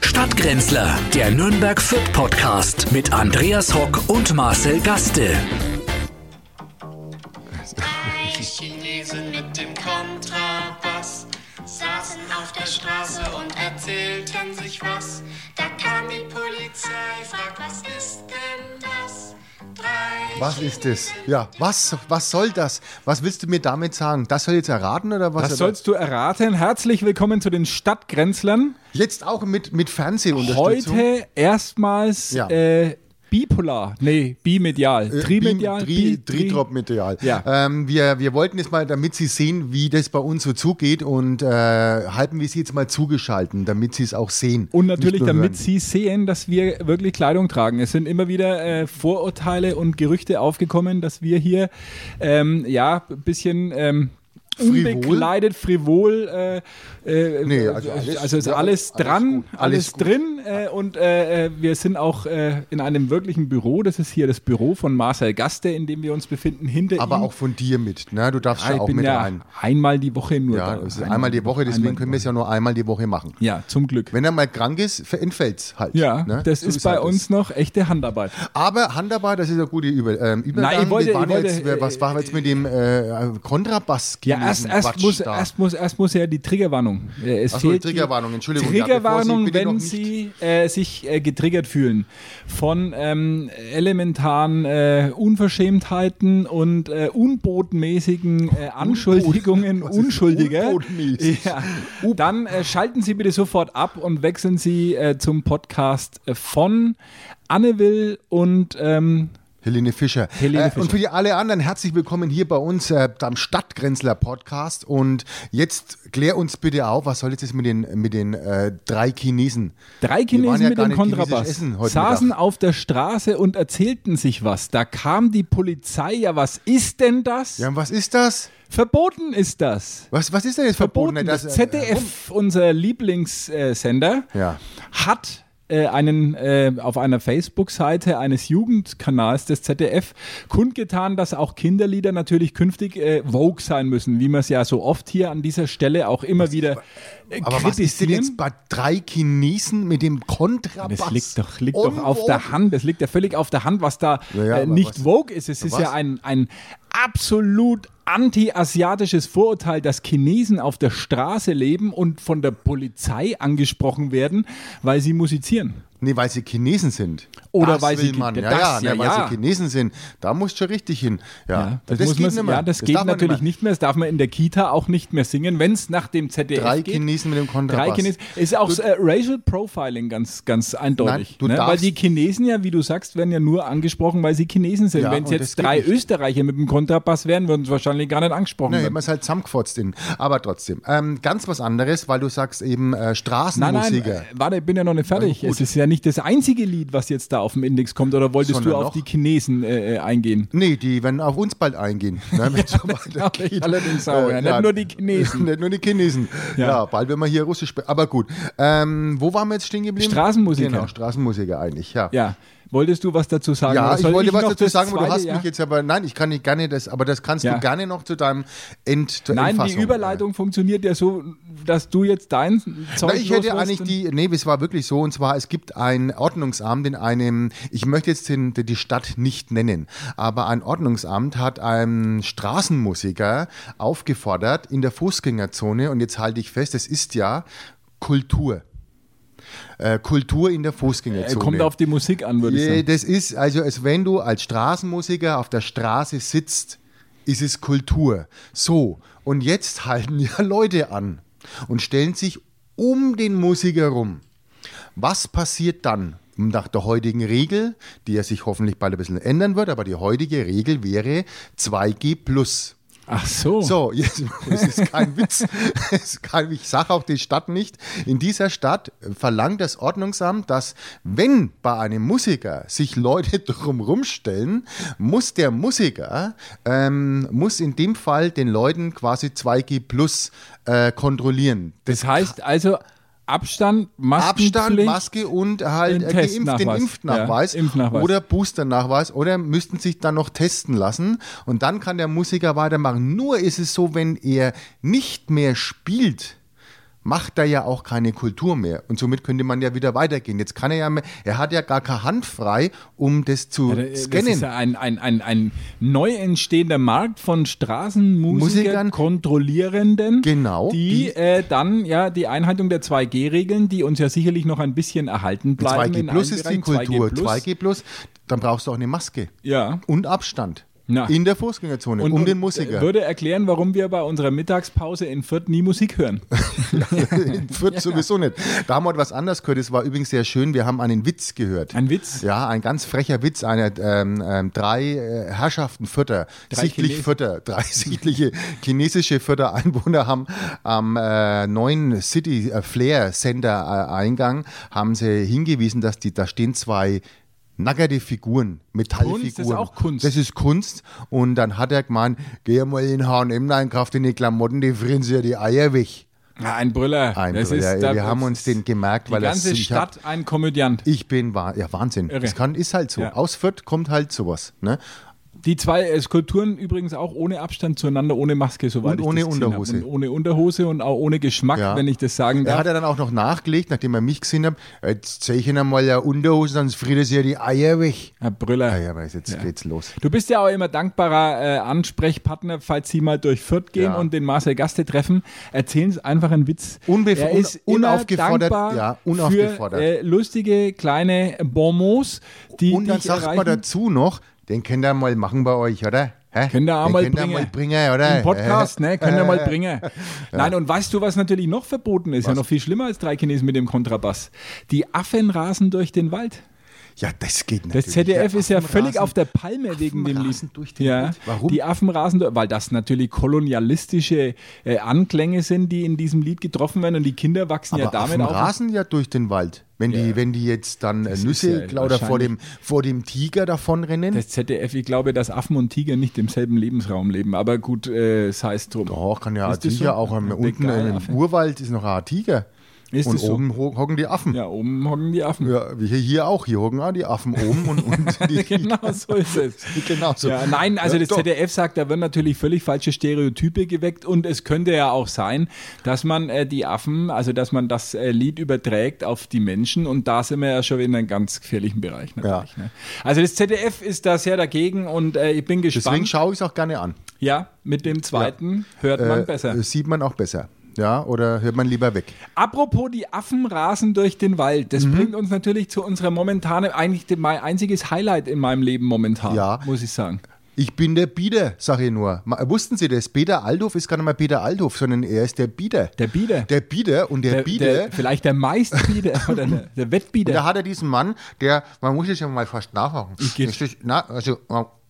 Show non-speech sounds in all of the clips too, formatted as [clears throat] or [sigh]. Stadtgrenzler, der Nürnberg Fürth Podcast mit Andreas Hock und Marcel Gaste. Drei Chinesen mit dem Kontrabass saßen auf der Straße und erzählten sich was. Da kam die Polizei, fragt, was ist denn das? Drei Was ist das? Ja, was, was soll das? Was willst du mir damit sagen? Das soll jetzt erraten oder was? Das sollst du erraten. Herzlich willkommen zu den Stadtgrenzlern. jetzt auch mit, mit Fernsehunterstützung. Heute erstmals Ja. äh, bipolar, nee, bimedial, Äh, trimedial, Bi- Tri- bi- tri- Tritrop-Material. Ja. Ähm, wir, wir wollten jetzt mal, damit Sie sehen, wie das bei uns so zugeht und äh, halten wir Sie jetzt mal zugeschalten, damit Sie es auch sehen. Und natürlich, Nicht nur damit hören. sie sehen, dass wir wirklich Kleidung tragen. Es sind immer wieder äh, Vorurteile und Gerüchte aufgekommen, dass wir hier ähm, ja ein bisschen ähm, Frivol? unbekleidet, frivol, äh, äh, Nee, also also, alles- ist ja, alles alles dran, gut, alles alles, gut. drin äh, und äh, äh, wir sind auch äh, in einem wirklichen Büro. Das ist hier das Büro von Marcel Gaste, in dem wir uns befinden. Hinter Aber ihm, auch von dir mit. Ne? Du darfst ja, ja ich auch bin mit ja rein. einmal die Woche nur Ja, da. das ist einmal die Woche, deswegen einmal die können wir es ja nur einmal die Woche machen. Ja, zum Glück. Wenn er mal krank ist, entfällt es halt. ja, ne? das So ist bei halt Oh uns noch echte Handarbeit. Aber Handarbeit, das ist eine gute Über ähm, Übergang. Nein, ich wollte- Wir waren ich wollte, jetzt, wer- was war jetzt mit dem äh, Kontrabass? Ja, erst, erst, muss, erst, muss, erst muss ja die Triggerwarnung. Äh, Es Ach so, fehlt die Triggerwarnung, Entschuldigung, ja, bevor Triggerwarnung, Sie bitte noch wenn nicht- Sie äh, sich äh, getriggert fühlen von ähm, elementaren äh, Unverschämtheiten und äh, unbotmäßigen äh, [laughs] Anschuldigungen Was ist Unschuldiger. unbotmäßig? [laughs] Ja. Dann äh, schalten Sie bitte sofort ab und wechseln Sie äh, zum Podcast äh, von Anne Will und ähm, Helene Fischer. Helene äh, Fischer. Und für die alle anderen herzlich willkommen hier bei uns äh, am Stadtgrenzler Podcast. Und jetzt klär uns bitte auf, was soll jetzt das mit den, mit den äh, drei Chinesen? Drei Die waren Chinesen ja mit gar dem nicht chinesisch Kontrabass essen heute saßen Mittag. auf der Straße und erzählten sich was. Da kam die Polizei. Ja, was ist denn das? Ja, und was ist das? Verboten ist das. Was, was ist denn jetzt verboten? Verboten. Das, Das, äh, ZDF, unser Lieblingssender, Ja. hat äh, einen äh, auf einer Facebook-Seite eines Jugendkanals des ZDF kundgetan, dass auch Kinderlieder natürlich künftig äh, Vogue sein müssen, wie wir es ja so oft hier an dieser Stelle auch immer wieder äh, Aber was ist denn kritisieren. jetzt bei drei Chinesen mit dem Kontrabass? Das liegt doch, liegt doch auf der Unwohl. Hand. Das liegt ja völlig auf der Hand, was da Ja, ja, äh, aber nicht was- Vogue ist. Es ist was? ja ein, ein absolut anti-asiatisches Vorurteil, dass Chinesen auf der Straße leben und von der Polizei angesprochen werden, weil sie musizieren. Nee, weil sie Chinesen sind. Oder das weil sie will Chi- man. Ja, das, ja, ja, ne, weil ja. sie Chinesen sind. Da musst du schon richtig hin. Ja, Ja, das, muss man, nicht mehr. ja, das, Das geht darf man natürlich nicht. nicht mehr. Das darf man in der Kita auch nicht mehr singen, wenn es nach dem ZDF mehr. Drei geht. Chinesen mit dem Kontrabass. Drei Chinesen. Ist auch äh, Racial Profiling ganz, ganz Nein, eindeutig. du ne? Weil darfst- die Chinesen ja, wie du sagst, werden ja nur angesprochen, weil sie Chinesen sind. Ja, Wenn es und jetzt das geht drei nicht. Österreicher mit dem Kontrabass wären, würden es wahrscheinlich gar nicht angesprochen Nee, werden. man ist halt zusammengefotzt in. Aber trotzdem. Ähm, ganz was anderes, weil du sagst eben äh, Straßenmusiker. äh, warte, ich bin ja noch nicht fertig. Na gut. es ist ja nicht das einzige Lied, was jetzt da auf dem Index kommt. Oder wolltest Sondern du auf noch? die Chinesen äh, äh, eingehen? Nee, die werden auf uns bald eingehen. [laughs] Ne, wenn's so glaub ich weitergeht. allerdings auch, ja. Nicht nein. nur die Chinesen. Oh, [laughs] nicht nur die Chinesen. Ja. Ja, bald werden wir hier Russisch sprechen. Aber gut. Ähm, wo waren wir jetzt stehen geblieben? Straßenmusiker. Genau, Straßenmusiker eigentlich, ja. Ja. Wolltest du was dazu sagen? Ja, Oder ich soll wollte was noch dazu das sagen, aber du zweite, hast ja? mich jetzt aber. Nein, ich kann nicht gerne das, aber das kannst Ja. du gerne noch zu deinem End. Zur Nein, Endfassung. die Überleitung funktioniert ja so, dass du jetzt dein Zeug Na, ich hätte loslässt eigentlich und- die, nee, es war wirklich so, und zwar, es gibt ein Ordnungsamt in einem, ich möchte jetzt den, die Stadt nicht nennen, aber ein Ordnungsamt hat einen Straßenmusiker aufgefordert in der Fußgängerzone, und jetzt halte ich fest, es ist ja Kultur. Äh, Kultur in der Äh, Fußgängerzone. kommt auf die Musik an, würde ich sagen. Ja, Das ist, also als wenn du als Straßenmusiker auf der Straße sitzt, ist es Kultur. So, und jetzt [laughs] halten ja Leute an und stellen sich um den Musiker rum. Was passiert dann? Nach der heutigen Regel, die ja sich hoffentlich bald ein bisschen ändern wird, aber die heutige Regel wäre 2G plus. Ach so. So, jetzt [laughs] es ist kein Witz. [laughs] Es ist kein, ich sage auch die Stadt nicht. In dieser Stadt verlangt das Ordnungsamt, dass wenn bei einem Musiker sich Leute [laughs] drumherum stellen, muss der Musiker, ähm, muss in dem Fall den Leuten quasi 2G plus äh, kontrollieren. Das heißt also Abstand, Maskenpflicht. Abstand, Maske und halt Den äh, geimpft, den Testnachweis. Impfnachweis, Ja, Impfnachweis. oder Boosternachweis oder müssten sich dann noch testen lassen und dann kann der Musiker weitermachen. Nur ist es so, wenn er nicht mehr spielt, macht er ja auch keine Kultur mehr. Und somit könnte man ja wieder weitergehen. Jetzt kann er ja mehr, er hat ja gar keine Hand frei, um das zu Äh, Das scannen. ist ja ein, ein, ein, ein neu entstehender Markt von Straßenmusikern, Musikern. Kontrollierenden, Genau, die, die- äh, dann ja die Einhaltung der 2G-Regeln, die uns ja sicherlich noch ein bisschen erhalten bleiben. 2G in Plus allen ist die Bereichen. Kultur. 2G+. 2G Plus, dann brauchst du auch eine Maske. Ja. Und Abstand. Na. In der Fußgängerzone, um den Musiker. äh, Würde erklären, warum wir bei unserer Mittagspause in Fürth nie Musik hören. [laughs] In Fürth sowieso nicht. Da haben wir was anderes gehört. Es war übrigens sehr schön. Wir haben einen Witz gehört. Ein Witz? Ja, ein ganz frecher Witz einer ähm, ähm, drei äh, Herrschaften Fürther, Drei sichtlich Chines- Fürther, drei [laughs] sichtliche chinesische Fürther Einwohner haben am äh, neuen City äh, Flair Center äh, Eingang haben sie hingewiesen, dass die da stehen zwei nackerte Figuren, Metallfiguren. Kunst ist auch Kunst. Das ist Kunst. Und dann hat er gemeint, geh mal in H&M rein, kauf dir die Klamotten, die frieren sie ja die Eier weg. Ja, ein Brüller. Ein Das Brüller. da- Wir haben uns den gemerkt, die weil das- ganze ich hab- Stadt ein Komödiant. Ich bin wa- ja Wahnsinn. Irre. Das kann ist halt so. Ja. Aus Fürth kommt halt sowas. Ne? Die zwei äh, Skulpturen übrigens auch ohne Abstand zueinander, ohne Maske, Und soweit ich ohne das gesehen hab. Unterhose. Und ohne Unterhose und auch ohne Geschmack, Ja. wenn ich das sagen Er hat darf. ja dann auch noch nachgelegt, nachdem er mich gesehen hat, jetzt zeige ich ihnen mal ja Unterhose, sonst friert er sich ja die Eier weg. Herr Brüller. Ah ja, aber jetzt geht's los. Du bist ja auch immer dankbarer äh, Ansprechpartner, falls Sie mal durch Fürth gehen Ja. und den Marcel Gaste treffen. Erzählen Sie einfach einen Witz. Unbef- er ist un- immer unaufgefordert- dankbar ja, unaufgefordert. Für, äh, lustige kleine Bonmots, die Und dann dich sagt man erreichen. dazu noch, den könnt ihr mal machen bei euch, oder? Hä? Könnt ihr auch Den mal könnt ihr bringen. mal bringen, oder? Im Podcast, Hä? ne? Könnt ihr mal bringen. Nein, und weißt du, was natürlich noch verboten ist? Ja, Was? noch viel schlimmer als drei Chinesen mit dem Kontrabass. Die Affen rasen durch den Wald. Ja, das geht natürlich. Das ZDF Der ist ja Affenrasen. völlig auf der Palme wegen dem Affenrasen Lied. durch den ja, Wald? Warum? Die Affen rasen durch, weil das natürlich kolonialistische äh, Anklänge sind, die in diesem Lied getroffen werden und die Kinder wachsen aber ja damit Affen auf. rasen ja durch den Wald. Wenn, Ja. die, wenn die jetzt dann äh, Das ist ja Nüsse oder vor dem, vor dem Tiger davonrennen. Das ZDF, ich glaube, dass Affen und Tiger nicht im selben Lebensraum leben, aber gut, äh, sei es drum. Doch, kann ja ein Ist das Tiger so? auch. Ein Am, unten Bengale- im Affe. Urwald ist noch ein Tiger. Ist und das so? oben ho- hocken die Affen. Ja, oben hocken die Affen. Ja, wie hier, hier auch. Hier hocken auch die Affen oben [laughs] und unten die Genau so ist es. [laughs] Genau so. Ja, nein, also Ja, das doch. ZDF sagt, da werden natürlich völlig falsche Stereotype geweckt und es könnte ja auch sein, dass man äh, die Affen, also dass man das äh, Lied überträgt auf die Menschen und da sind wir ja schon wieder in einem ganz gefährlichen Bereich natürlich. Ja. Ne? Also das ZDF ist da sehr dagegen und äh, ich bin Deswegen gespannt. schaue ich es auch gerne an. Ja, mit dem zweiten hört man Äh, besser. äh, Sieht man auch besser. Ja, oder hört man lieber weg. Apropos die Affen rasen durch den Wald. Mhm. Das bringt uns natürlich zu unserer momentanen, eigentlich dem- mein einziges Highlight in meinem Leben momentan, Ja. muss ich sagen. Ich bin der Bieder, sage ich nur. Ma- Wussten Sie das? Peter Althoff ist gar nicht mehr Peter Althoff, sondern er ist der Bieder. Der Bieder. Der Bieder und der, Der, Bieder. der, vielleicht der Meistbieder [laughs] oder der, der Wettbieder. Da hat er diesen Mann, der, man muss das ja mal fast nachmachen. geht's? Das ist- na, also,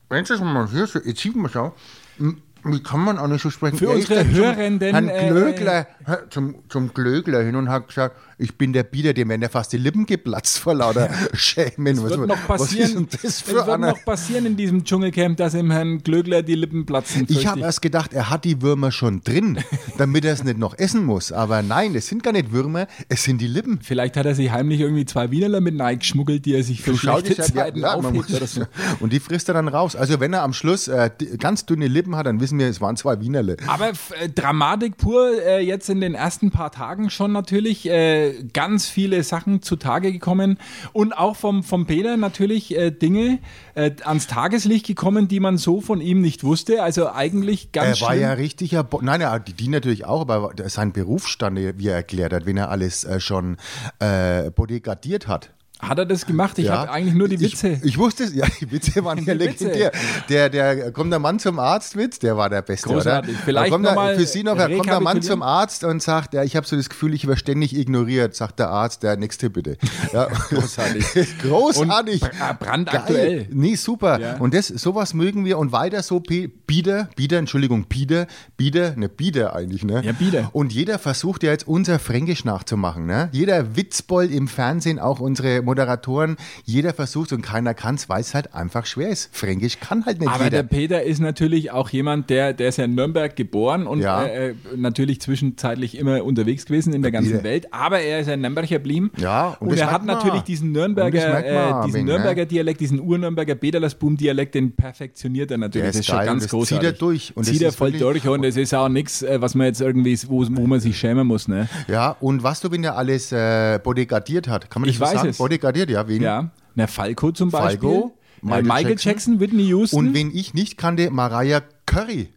wenn Sie es mal hier so, jetzt sieht man es auch, Hm, wie kann man auch nicht so sprechen? Für Er unsere ist dann Hörenden, Zum, äh, Herrn Glögler, Herr- zum, zum Glögler hin und hat gesagt, ich bin der Bieder, dem werden ja fast die Lippen geplatzt vor lauter [laughs] Schämen. Das Es wird noch passieren, Was ist denn das es für wird einer? noch passieren in diesem Dschungelcamp, dass im Herrn Glögler die Lippen platzen. Ich fürchte habe erst gedacht, er hat die Würmer schon [laughs] drin, damit er es nicht noch essen muss. Aber nein, es sind gar nicht Würmer, es sind die Lippen. Vielleicht hat er sich heimlich irgendwie zwei Wienerler mit reingeschmuggelt, die er sich für Schau schlechte dich halt, ja, Zeiten ja, man aufhebt muss, oder so. Und die frisst er dann raus. Also wenn er am Schluss äh, di- ganz dünne Lippen hat, dann wissen wir, es waren zwei Wienerle. Aber f- äh, Dramatik pur, äh, jetzt in den ersten paar Tagen schon natürlich äh, ganz viele Sachen zutage gekommen und auch vom, vom Peter natürlich äh, Dinge äh, ans Tageslicht gekommen, die man so von ihm nicht wusste. Also eigentlich Er ganz war schlimm. ja richtiger, Bo nein, ja, die, die natürlich auch, aber der- sein Berufsstand, wie er erklärt hat, wen er alles äh, schon äh, bodyguardiert hat. Hat er das gemacht? Ich Ja. habe eigentlich nur die Witze. Ich, ich wusste es, ja, die Witze waren ja [laughs] Die Witze. legendär. Der, der kommt der Mann zum Arzt, Witz, der war der Beste, Großartig. oder? Vielleicht da kommt noch mal der, für Sie noch, da kommt der Mann rekapitulieren. zum Arzt und sagt, ja, ich habe so das Gefühl, ich werde ständig ignoriert, sagt der Arzt, der nächste bitte. Ja. [laughs] Großartig. [laughs] Großartig. Und bra- brandaktuell. Geil. Nee, super. Ja. Und das, sowas mögen wir und weiter so P- Bieder, Bieder, Entschuldigung, Bieder, Bieder, ne, Bieder eigentlich, ne? Ja, Bieder. Und jeder versucht ja jetzt unser Fränkisch nachzumachen, ne? Jeder Witzbold im Fernsehen, auch unsere Moderatoren, jeder versucht und keiner kann es, weil es halt einfach schwer ist. Fränkisch kann halt nicht Aber jeder. der Peter ist natürlich auch jemand, der, der ist ja in Nürnberg geboren und Ja. äh, äh, natürlich zwischenzeitlich immer unterwegs gewesen in der ganzen Peter. Welt, aber er ist ein Nürnberger geblieben. Ja, und und, das er merkt hat man. natürlich diesen Und das merkt Nürnberger, man äh, ein diesen wenig, ne? Nürnberger Dialekt, diesen Ur-Nürnberger Bederlersboom-Dialekt, den perfektioniert er natürlich. Der das ist ist schon geil und ganz das großartig. zieht er durch und Zieht das er ist voll wirklich- durch und es ist auch nichts, was man jetzt irgendwie, wo, wo man sich schämen muss. Ne? ja, und was du, wenn der alles äh, bodyguardiert hat, kann man das Ich so weiß sagen? es. Bodyguardiert, ja, wen? Ja. Na, Falco zum Beispiel. Falco, Michael Michael, Michael Jackson, Jackson, Whitney Houston. Und wen ich nicht kannte, Mariah Curry.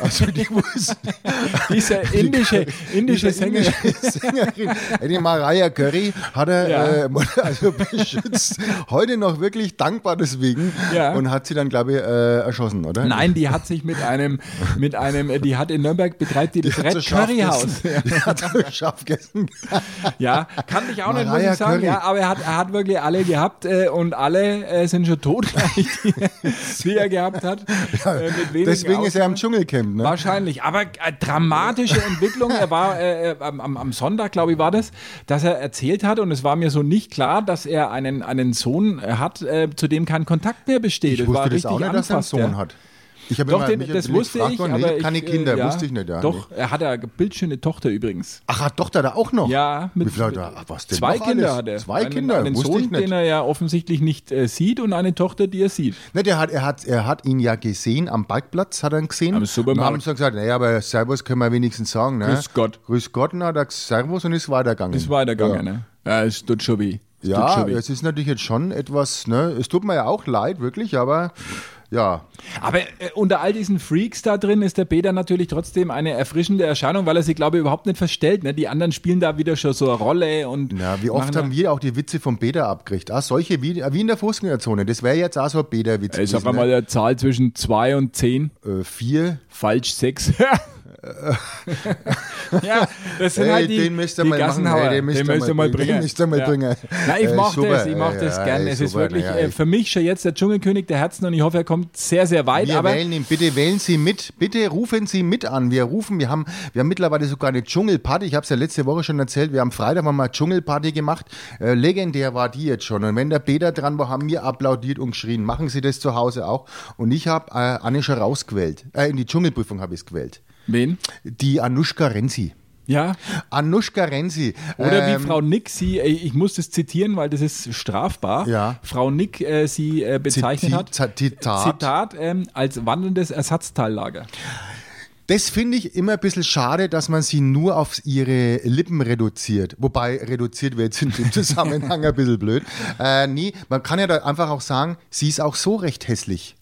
Also die wusste [laughs] dieser indische, indische Diese Sänger. indische [laughs] Sängerin. Ey, Die Mariah Curry hat er Ja. äh, [laughs] also beschützt. Heute noch wirklich dankbar deswegen. Ja. Und hat sie dann, glaube ich, äh, erschossen, oder? Nein, die hat sich mit einem, mit einem, äh, die hat in Nürnberg betreibt die, das Hat sie Red scharf Curry House. gegessen. [laughs] Die hat sie scharf gegessen. Ja, kann ich auch nicht, muss Mariah ich sagen. Curry. Ja, aber er hat, er hat wirklich alle gehabt äh, und alle äh, sind schon tot, glaub ich, die, [laughs] die er gehabt hat. Äh, mit wenigen Deswegen ist er am Ausnahmen. Dschungelcamp. Ne? Wahrscheinlich, aber äh, dramatische Entwicklung. Er war äh, äh, am, am- am Sonntag, glaube ich, war das, dass er erzählt hat und es war mir so nicht klar, dass er einen, einen Sohn äh, hat, äh, zu dem kein Kontakt mehr besteht. Ich Es wusste war das auch richtig nicht, dass er einen angefasst, Sohn ja. hat. Ich habe Doch, immer den, mich das natürlich wusste gefragt, ich, wann- aber oh nee, ich, keine äh, Kinder, ja, wusste ich nicht. Ja, Doch, Nee. er hat eine bildschöne Tochter übrigens. Ach, hat Tochter da auch noch? Ja, Wie viele Leute? Ach, was denn zwei noch Kinder alles? hat er. Zwei einen, Kinder, einen wusste Sohn, ich nicht. den er ja offensichtlich nicht äh, sieht und eine Tochter, die er sieht. Ne, der hat, er, hat, er hat ihn ja gesehen, am Parkplatz hat er ihn gesehen. Am Supermarkt. Und haben sie gesagt, naja, aber Servus können wir wenigstens sagen. Ne? Grüß Gott. Grüß Gott, und hat er gesagt, Servus und ist weitergegangen. Ist weitergegangen, Ja. ne? Ja, es tut schon weh. Es tut Ja, schon weh. es ist natürlich jetzt schon etwas, ne? es tut mir ja auch leid, wirklich, aber ja, Aber äh, unter all diesen Freaks da drin ist der Peter natürlich trotzdem eine erfrischende Erscheinung, weil er sich, glaube ich, überhaupt nicht verstellt. Ne? Die anderen spielen da wieder schon so eine Rolle und. na, wie oft machen da- haben wir auch die Witze vom Peter abgekriegt. Ah, solche wie, wie in der Fußgängerzone, das wäre jetzt auch so ein Peter-Witz. Ich sag gewesen, mal, der Zahl zwischen 2 und 10. ne? äh, vier, Falsch [laughs] 6. Äh. ja, das sind Ey, halt die, den müsst ihr die mal machen, Gassenhauer. ey, den müsst ihr mal ihr mal bringen, bringen. den müsst ihr mal ja. bringen. Na, ich Ey, mach super, das, ich mach ey, das ja, gerne. ey, es ist super, wirklich na ja, äh, ey. für mich schon jetzt der Dschungelkönig der Herzen und ich hoffe, er kommt sehr, sehr weit. Wir aber wählen ihn, bitte wählen Sie mit, bitte rufen Sie mit an. Wir rufen, wir haben, wir haben mittlerweile sogar eine Dschungelparty. Ich habe es ja letzte Woche schon erzählt. Wir haben Freitag haben wir eine Dschungelparty gemacht. Äh, legendär war die jetzt schon. Und wenn der Peter dran war, haben wir applaudiert und geschrien. Machen Sie das zu Hause auch. Und ich habe äh, Anne schon rausgewählt. Äh, in die Dschungelprüfung habe ich es gewählt. wen? Die Anuschka Renzi. Ja. Anuschka Renzi. Oder Ähm, wie Frau Nick sie, äh, ich muss das zitieren, weil das ist strafbar. Ja. Frau Nick äh, sie äh, bezeichnet Ziti- hat. Zat- Zitat. Zitat ähm, als wandelndes Ersatzteillager. Das finde ich immer ein bisschen schade, dass man sie nur auf ihre Lippen reduziert. Wobei reduziert wäre jetzt in dem Zusammenhang ein bisschen blöd. Äh, nee, man kann ja da einfach auch sagen, sie ist auch so recht hässlich.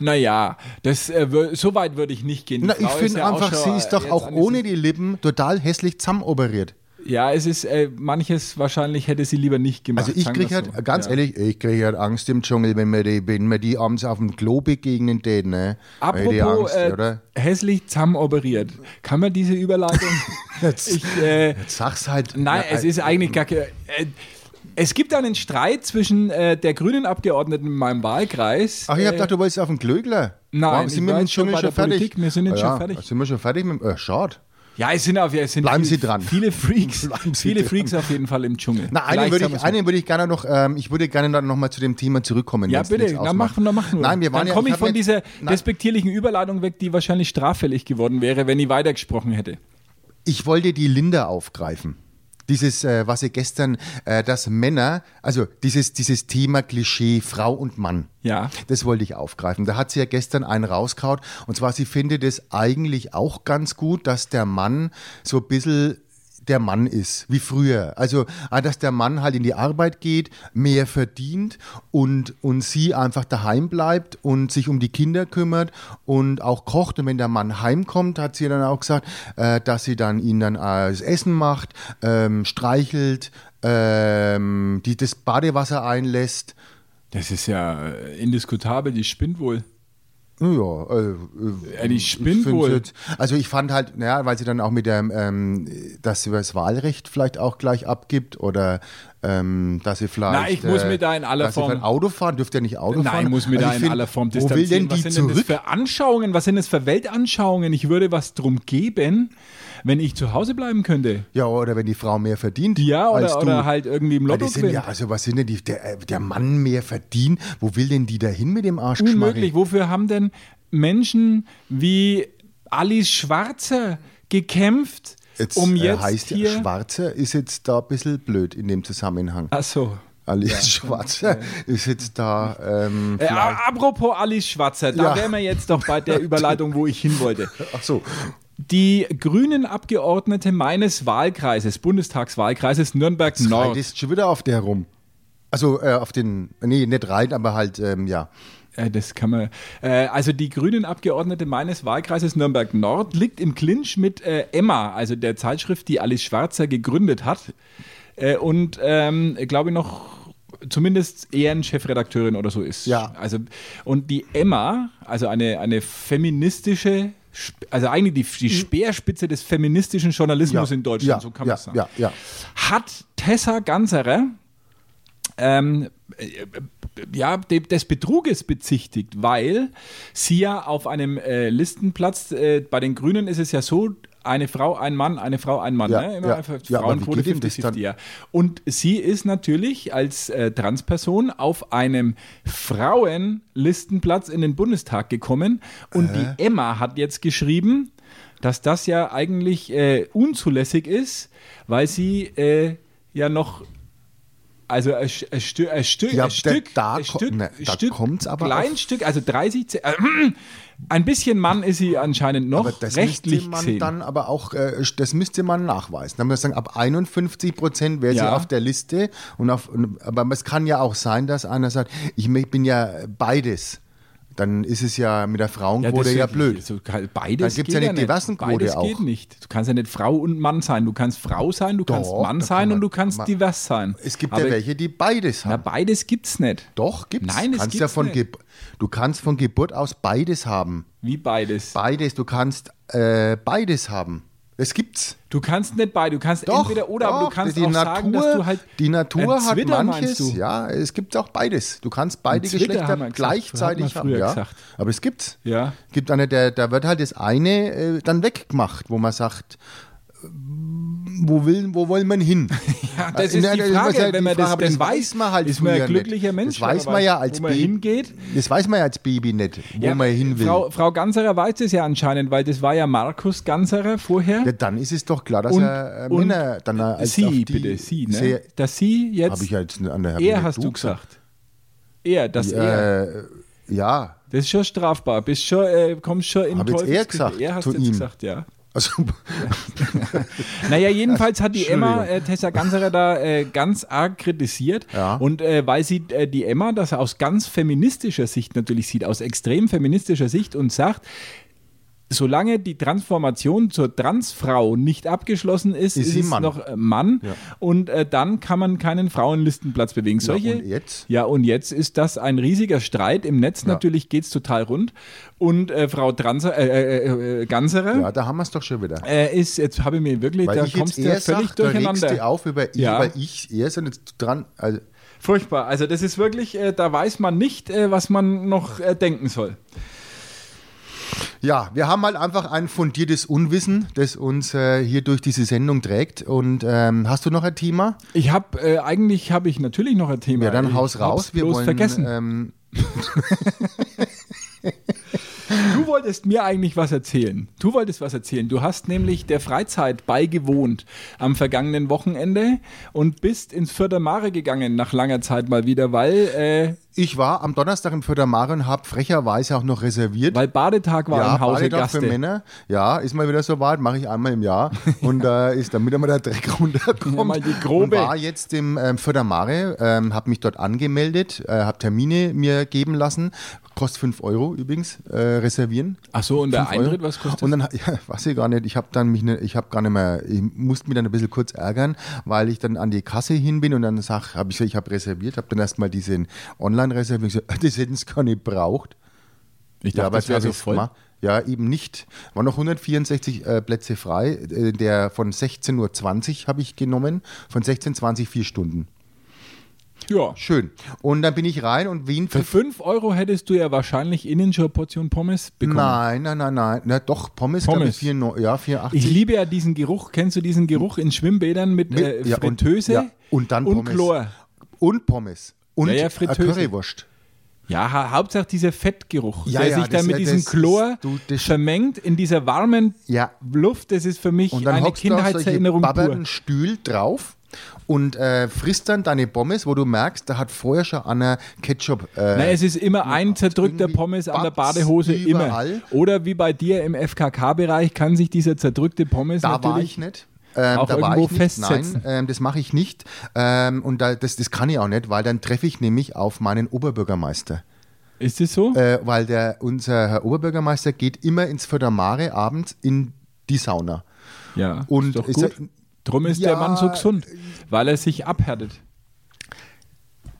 Naja, das, äh, wür- so weit würde ich nicht gehen. Die Na, ich Frau finde ja auch einfach, schon, sie ist äh, doch jetzt auch an diesem- ohne die Lippen total hässlich zusammenoperiert. Ja, es ist äh, manches wahrscheinlich hätte sie lieber nicht gemacht. Also ich sagen kriege wir's halt, so. ganz ja. ehrlich, ich kriege halt Angst im Dschungel, wenn mir die, wenn mir die abends auf dem Klo begegnen täten, ne? Hätte ich Apropos Angst, äh, oder? hässlich zahm operiert. Kann man diese Überleitung? [laughs] ich, äh, Sag's halt. nein, Ja, es ist eigentlich gar ke- äh, Es gibt einen Streit zwischen äh, der grünen Abgeordneten in meinem Wahlkreis. Ach, ich hab äh, gedacht, du wolltest auf den Klögler. Nein, Warum sind ich wir mit war dem jetzt schon Dschungel bei schon der fertig? Politik, wir sind jetzt Ah schon fertig. Sind wir schon fertig mit dem. Äh, schade. Ja, es sind, auf, es sind Bleiben viele, Sie dran. Viele [laughs] Freaks, Bleiben Sie viele dran. Freaks auf jeden Fall im Dschungel. Na, einen Vielleicht würde haben wir's ich, einen würde ich gerne noch, ähm, ich würde gerne dann nochmal zu dem Thema zurückkommen. Ja, wenn's bitte, nichts na ausmacht. mach, na mach nur. Nein, wir waren Dann ja, komme ich, hab von jetzt- dieser Nein, despektierlichen Überladung weg, die wahrscheinlich straffällig geworden wäre, wenn ich weitergesprochen hätte. ich wollte die Linda aufgreifen. Dieses, äh, was ihr gestern, äh, dass Männer, also dieses, dieses Thema Klischee Frau und Mann. Ja. Das wollte ich aufgreifen. Da hat sie ja gestern einen rausgehauen. Und zwar, sie findet es eigentlich auch ganz gut, dass der Mann so ein bisschen der Mann ist, wie früher. Also, ah, dass der Mann halt in die Arbeit geht, mehr verdient und, und sie einfach daheim bleibt und sich um die Kinder kümmert und auch kocht. Und wenn der Mann heimkommt, hat sie dann auch gesagt, äh, dass sie dann ihn dann äh, das Essen macht, ähm, streichelt, ähm, die, das Badewasser einlässt. Das ist ja äh, indiskutabel, die spinnt wohl. Ja, äh, Ja, die ich spinnt find's wohl. jetzt- Also ich fand halt, naja, weil sie dann auch mit der, ähm, dass sie das Wahlrecht vielleicht auch gleich abgibt oder ähm, dass sie vielleicht. Na, ich muss äh, mir da in aller dass sie Form- vielleicht Auto fahren, dürft ihr nicht Auto fahren? Nein, muss mir Also da ich in find, aller Form Wo will distanzieren. denn was die sind denn das zurück? für Anschauungen? Was sind das für Weltanschauungen? Ich würde was drum geben, wenn ich zu Hause bleiben könnte. ja, oder wenn die Frau mehr verdient. Ja, als oder, du. oder halt irgendwie im Ja, Lotto die sind gewinnen. ja, also was sind denn die, der, äh, der Mann mehr verdient? Wo will denn die da hin mit dem Arsch Unmöglich. Wofür haben denn Menschen wie Alice Schwarzer gekämpft, Jetzt, um äh, jetzt heißt ja, hier... Schwarzer ist jetzt da ein bisschen blöd in dem Zusammenhang. Ach so. Äh, Alice [laughs] Schwarzer ist jetzt da. Ähm, Äh, a- apropos Alice Schwarzer, da Ja. wären wir jetzt doch bei der Überleitung, wo ich hin wollte. ach so. Die grünen Abgeordnete meines Wahlkreises, Bundestagswahlkreises Nord. Nürnberg-Nord, ist schon wieder auf der rum. Also äh, auf den, nee, nicht rein, aber halt, ähm, ja. Äh, Das kann man. Äh, also die grünen Abgeordnete meines Wahlkreises Nürnberg Nord liegt im Clinch mit äh, Emma, also der Zeitschrift, die Alice Schwarzer gegründet hat. Äh, und ähm, glaube ich noch zumindest Ehrenchefredakteurin oder so ist. Ja. Also, und die Emma, also eine, eine feministische, Sp- also eigentlich die, die Speerspitze des feministischen Journalismus Mhm. ja, in Deutschland, ja, so kann ja, man es sagen Ja, ja. hat Tessa Ganserer ähm, äh, ja, de- des Betruges bezichtigt, weil sie ja auf einem äh, Listenplatz, äh, bei den Grünen ist es ja so, eine Frau, ein Mann, eine Frau, ein Mann. Ja, ne? Immer ja. einfach Ja, aber wie Frauenquote geht ihm das 50-50, dann? ja. Und sie ist natürlich als äh, Transperson auf einem Frauenlistenplatz in den Bundestag gekommen. Und die Äh. Emma hat jetzt geschrieben, dass das ja eigentlich äh, unzulässig ist, weil sie äh, ja noch. Also ein, Sch- ein, Stü ein, Stück, Ja, ein Stück, da- da ein ko- Stück, ne, da kommt's aber auf- Kleinstück, also 30, Ze- äh, [clears throat] ein bisschen Mann ist sie anscheinend noch Aber das rechtlich müsste man gesehen. dann aber auch, äh, das müsste man nachweisen. Dann muss man sagen, ab 51 Prozent wäre sie Ja. auf der Liste. Und auf, und- aber es kann ja auch sein, dass einer sagt, ich me- bin ja beides. Dann ist es ja mit der Frauenquote ja, das- blöd. So, kann- beides Dann gibt's geht ja eine nicht. Diversenquote Beides geht auch. nicht. Du kannst ja nicht Frau und Mann sein. Du kannst Frau sein, du kannst Doch, Mann da sein kann und man- du kannst man- divers sein. Es gibt Aber- ja welche, die beides Na, haben. beides gibt's nicht. Doch, gibt's. Nein, es kannst gibt's ja von nicht. Geb- Du kannst von Geburt aus beides haben. Wie beides. Beides, du kannst äh, beides haben. Es gibt's. Du kannst nicht beide. Du kannst Doch, entweder oder, aber du doch, kannst die auch Natur, sagen, dass du halt Die Natur Ein hat Zwitter, manches. meinst du? Ja, es gibt auch beides. Du kannst Ein beide Zwitter Geschlechter haben wir gesagt, gleichzeitig hat man haben. früher Ja. gesagt. Aber es gibt's. Ja. Gibt eine, der, da wird halt das eine äh, dann weggemacht, wo man sagt, äh, wo, will, wo wollen wir hin? [laughs] Ja, das Äh, ist na, die ist Frage, halt wenn die man das aber denn weiß, man halt ist man ein früher glücklicher nicht. Mensch, Das weiß aber man ja wo als man Baby. hingeht. Das weiß man ja als Baby nicht, wo Ja, man hin will. Frau, Frau Ganserer weiß es ja anscheinend, weil das war ja Markus Ganserer vorher. Ja, dann ist es doch klar, dass Und- er äh, und Männer dann als auf sie, die bitte, sie, ne? sehr- Dass sie Habe ich jetzt, ja jetzt an der er hast du gesagt. Er, dass er. Äh, ja, Das ist schon strafbar. Bist schon, äh, kommst schon in Hab jetzt er Teufelsgebiet. gesagt Er hast zu jetzt ihm. gesagt, ja. also [laughs] [laughs] Naja, jedenfalls hat die Entschuldigung. Emma äh, Tessa Ganserer da äh, ganz arg kritisiert. Ja. Und äh, weil sie äh, die Emma das aus ganz feministischer Sicht natürlich sieht, aus extrem feministischer Sicht und sagt, solange die Transformation zur Transfrau nicht abgeschlossen ist, Ist ist, sie es Mann. noch äh, Mann. Und äh, dann kann man keinen Frauenlistenplatz bewegen. Solche, und jetzt? Ja, und jetzt ist das ein riesiger Streit im Netz. Natürlich geht es total rund. Und äh, Frau Transer, äh, äh, äh, Ganserer ja, da haben wir es doch schon wieder. äh, ist, jetzt habe ich mir wirklich, Weil da ich jetzt kommst du ja er völlig sag, da regst durcheinander. du auf über ich, Ja. weil ich er ist und jetzt dran. Also, Furchtbar. Also das ist wirklich, äh, da weiß man nicht, äh, was man noch äh, denken soll. ja, wir haben halt einfach ein fundiertes Unwissen, das uns äh, hier durch diese Sendung trägt. Und ähm, hast du noch ein Thema? Ich habe, äh, eigentlich habe ich natürlich noch ein Thema. Ja, dann Äh, Ich haus hab's raus. Wir bloß wollen vergessen. Ähm, Du wolltest mir eigentlich was erzählen. Du wolltest was erzählen. Du hast nämlich der Freizeit beigewohnt am vergangenen Wochenende und bist ins Fördermare gegangen nach langer Zeit mal wieder, weil, äh, ich war am Donnerstag im Fördermare und habe frecherweise auch noch reserviert. weil Badetag war ja, im Hause Badetag für Gaste. Männer. Ja, ist mal wieder so weit, mache ich einmal im [laughs] Jahr. Und da ist, damit einmal der Dreck runterkommt. Ja, mal die grobe. Und war jetzt im ähm, Fördermare, ähm, habe mich dort angemeldet, äh, habe Termine mir geben lassen. Kostet 5 Euro übrigens, äh, reservieren. Ach so, und der Fünf Euro. Eintritt, was kostet Und dann, [laughs] ja, weiß ich gar nicht, ich habe dann mich, ne, ich habe gar nicht mehr, ich musste mich dann ein bisschen kurz ärgern, weil ich dann an die Kasse hin bin und dann sag, habe ich gesagt, [laughs] ich habe reserviert, habe dann erstmal diesen Online reserviert, gesagt, das hätten sie gar nicht braucht. Ich ja, aber dachte, wer das wäre so das voll. ma- Ja, eben nicht. Waren noch 164 äh, Plätze frei. Äh, der von 16.20 Uhr habe ich genommen. Von 16.20 vier Stunden. Ja. Schön. Und dann bin ich rein und Wien Für 5 Euro hättest du ja wahrscheinlich innen schon eine Portion Pommes bekommen. Nein, nein, nein, nein. Na doch, Pommes, Pommes. glaube ich, Pommes. 4, ja, 480. Ich liebe ja diesen Geruch. Kennst du diesen Geruch in Schwimmbädern mit, Mit- äh, ja, und- Fritteuse ja, und dann und Pommes. Chlor? Und Pommes. Und Ja, ja, äh, Fritteuse. Currywurst. Ja, ha Hauptsache dieser Fettgeruch, Ja, der ja, sich da das- mit das- diesem das- Chlor du, das- vermengt in dieser warmen Ja. Luft. Das ist für mich Und dann eine hockst du auf solche Kindheitserinnerung pur. babberten Stühl drauf und äh, frisst dann deine Pommes, wo du merkst, da hat vorher schon einer Ketchup. Äh, Na, es ist immer ein zerdrückter irgendwie Pommes an der Batz Badehose überall. immer. Oder wie bei dir im FKK-Bereich kann sich dieser zerdrückte Pommes da war natürlich ich nicht. Ähm, auch da war irgendwo ich nicht. Nein, festsetzen. ähm, das mache ich nicht. Ähm, und da, das, das kann ich auch nicht, weil dann treffe ich nämlich auf meinen Oberbürgermeister. Ist es so? Äh, weil der, unser Herr Oberbürgermeister geht immer ins Födermare abends in die Sauna. ja. und ist doch ist er- gut. Drum ist Ja, der Mann so gesund, weil er sich abhärtet.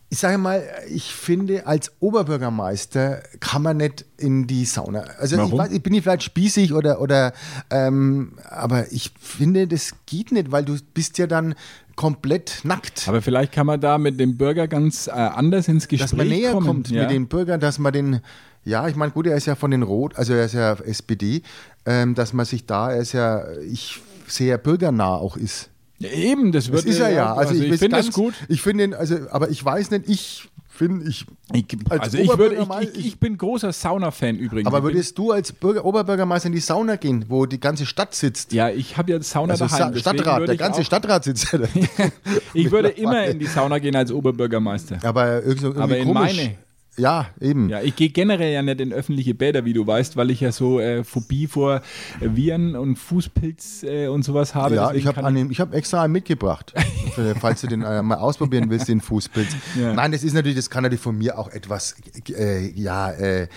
Ich sage mal, ich finde, als Oberbürgermeister kann man nicht in die Sauna. Also ich, Warum? weiß, ich bin hier vielleicht spießig oder, oder ähm, aber ich finde, das geht nicht, weil du bist ja dann komplett nackt. Aber vielleicht kann man da mit dem Bürger ganz äh, anders ins Gespräch dass man näher kommen. kommt ja. mit den Bürgern, dass man den, ja, ich meine, gut, er ist ja von den Rot, also er ist ja SPD, ähm, dass man sich da, er ist ja, ich sehr bürgernah auch ist. Ja, Eben, das Das wird ist er ja. Also, ich, weiß finde ganz, das gut. Ich finde ihn, also, aber ich weiß nicht, ich finde, ich. Ich, als also ich, würde, Oberbürgermeister- ich, ich, ich bin großer Sauna-Fan übrigens. Aber Ich bin, würdest du als Bürger, Oberbürgermeister in die Sauna gehen, wo die ganze Stadt sitzt? ja, ich habe ja Sauna also Sa- daheim. deswegen Stadtrat, würde der [laughs] ich ganze auch- Stadtrat sitzt ja da. [laughs] Ich würde immer mittlerweile. in die Sauna gehen als Oberbürgermeister. Aber irgendwie, so- irgendwie Aber in komisch. meine. Ja, eben. Ja, ich gehe generell ja nicht in öffentliche Bäder, wie du weißt, weil ich ja so äh, Phobie vor Viren und Fußpilz äh, und sowas habe. Ja, Deswegen ich habe kann einen- ich hab extra einen mitgebracht, für- falls du den äh, mal ausprobieren willst, den Fußpilz. [laughs] Ja. Nein, das ist natürlich, das kann natürlich von mir auch etwas, äh, ja, äh,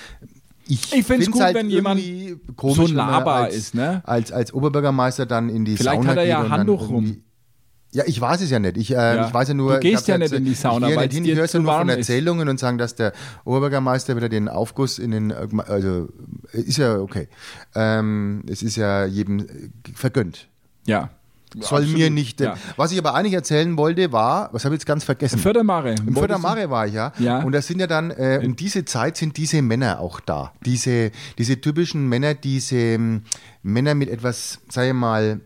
ich, Ich find's find's halt gut, wenn jemand irgendwie komisch, so wenn man nahbar als, ist, ne? Als, als Oberbürgermeister dann in die Vielleicht Sauna hat er geht ja und dann Handtuch rum. irgendwie- Ja, ich weiß es ja nicht. Ich, äh, Ja. ich weiß ja nur, Du gehst ich hab ja nicht in die ich Sauna, gehe weil nicht es hin, dir ich hör's ja zu nur von warm ist. Erzählungen und sagen, dass der Oberbürgermeister wieder den Aufguss in den, äh, gma- also äh, ist ja okay. Ähm, es ist ja jedem äh, vergönnt. ja. Soll Absolut. mir nicht. äh, Ja. Was ich aber eigentlich erzählen wollte, war, was habe ich jetzt ganz vergessen? Fördermare. Im Fördermare war ich ja. Ja. Und da sind ja dann, äh, um diese Zeit sind diese Männer auch da. Diese, diese typischen Männer, diese ähm, Männer mit etwas, sag ich mal,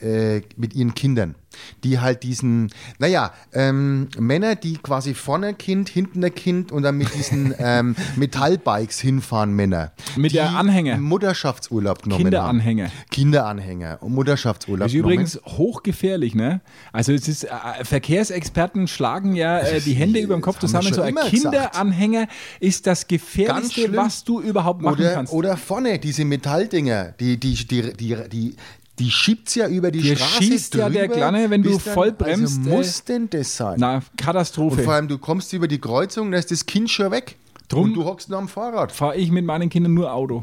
äh, mit ihren Kindern. Die halt diesen, naja, ähm, Männer, die quasi vorne Kind, hinten ein Kind und dann mit [laughs] diesen ähm, Metallbikes hinfahren, Männer. Mit die der Anhänger. Mutterschaftsurlaub genommen Kinderanhänger. Haben. Kinderanhänger und Mutterschaftsurlaub Das ist übrigens hochgefährlich, ne? Also es ist, äh, Verkehrsexperten schlagen ja äh, die Hände über dem Kopf haben wir zusammen. schon So ein immer Kinderanhänger ist Ganz das gefährlichste, schlimm. was du überhaupt machen oder, kannst. Oder vorne, diese Metalldinger, die, die, die, die, die die schiebt ja über die Dir Straße schießt ja drüber, der Kleine, wenn du bis dann- voll bremst, Also äh, muss denn das sein? Na, und vor Katastrophe. allem, du kommst über die Kreuzung, da ist das Kind schon weg. Drum- und du hockst noch am Fahrrad. Fahre ich mit meinen Kindern nur Auto.